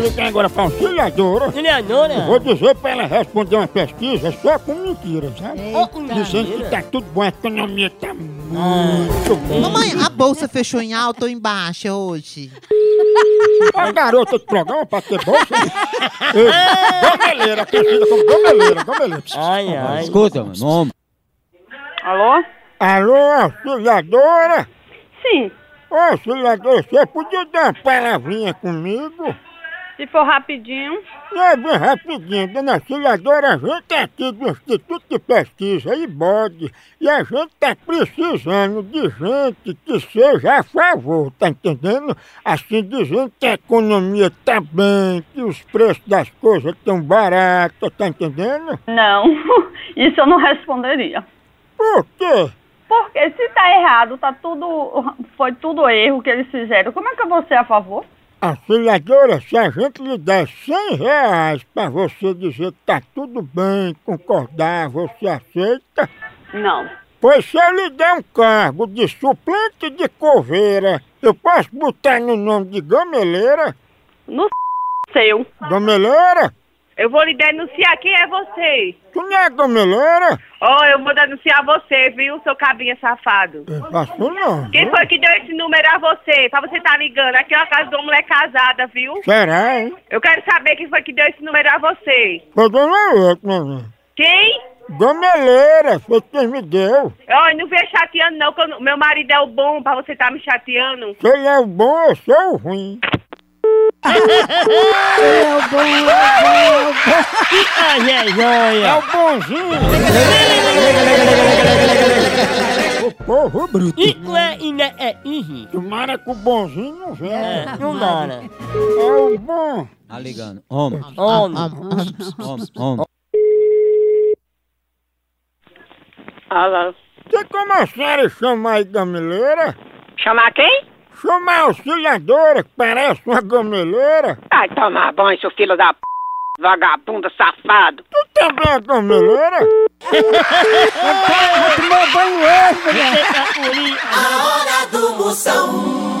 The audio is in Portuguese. ligar agora pra auxiliadora. Vou é Auxiliadora? dizer pra ela responder uma pesquisa só com mentira, sabe? Eita, Dizendo que mentira. Ah. tá tudo bom, a economia tá muito boa. Mamãe, a bolsa fechou em alta ou em baixa hoje? A garota de programa pra ter bolsa. Ei, Gomeleira, conhecida como gomeleira, gomeleira. Ai, ai. Escuta, mano. Nome. Alô? Alô, auxiliadora? Sim. Ô, auxiliadora, você podia dar uma palavrinha comigo? Se for rapidinho. E aí, É bem rapidinho, dona auxiliadora, a gente é aqui do Instituto de Pesquisa IBOD e a gente tá precisando de gente que seja a favor, tá entendendo? Assim dizendo que a economia tá bem, que os preços das coisas estão baratos, tá entendendo? Não, isso eu não responderia. Por quê? Porque se tá errado, tá tudo. Foi tudo erro que eles fizeram. Como é que eu vou ser a favor? Auxiliadora, se a gente lhe der 100 reais pra você dizer que tá tudo bem, concordar, você aceita? Não. Pois se eu lhe der um cargo de suplente de coveira, eu posso botar no nome de gameleira? No seu. Gameleira? Eu vou lhe denunciar quem é você. Tu não é gameleira? Oh, eu vou denunciar você, viu, seu cabinha safado. Eu faço não. Quem foi que deu esse número a você? Pra você tá ligando. Aqui é a casa de uma mulher casada, viu? Será, hein? Eu quero saber quem foi que deu esse número a você. Foi dona Eucna. Quem? Gameleira, foi quem me deu. Olha, não venha chateando não, que eu não- meu marido é o bom pra você tá me chateando. Se ele é o bom, eu sou o ruim. Ai, é É joia. o bonzinho. o povo bruto. Isso é e né é irri. Tomara que o bonzinho não venha. É, não dá, né? É o bom. Tá ligando. Homem. Homem. Homem. Homem. Alô. Tem como a senhora chamar aí gameleira? Chamar quem? Chama a auxiliadora, que parece uma gameleira. Ai, tomar banho, seu filho da p... vagabunda safado. Tu também é gameleira? A hora do Moção.